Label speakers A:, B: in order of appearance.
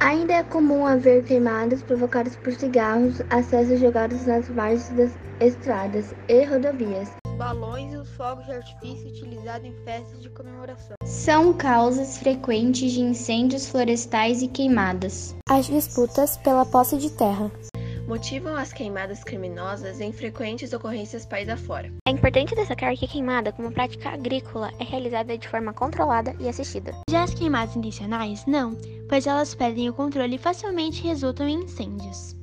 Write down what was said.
A: Ainda é comum haver queimadas provocadas por cigarros, acessos jogados nas margens das estradas e rodovias.
B: Os balões e os fogos de artifício utilizados em festas de comemoração.
C: São causas frequentes de incêndios florestais e queimadas.
D: As disputas pela posse de terra
E: motivam as queimadas criminosas em frequentes ocorrências país afora.
F: É importante destacar que queimada, como prática agrícola, é realizada de forma controlada e assistida.
G: Já as queimadas intencionais, não, pois elas perdem o controle e facilmente resultam em incêndios.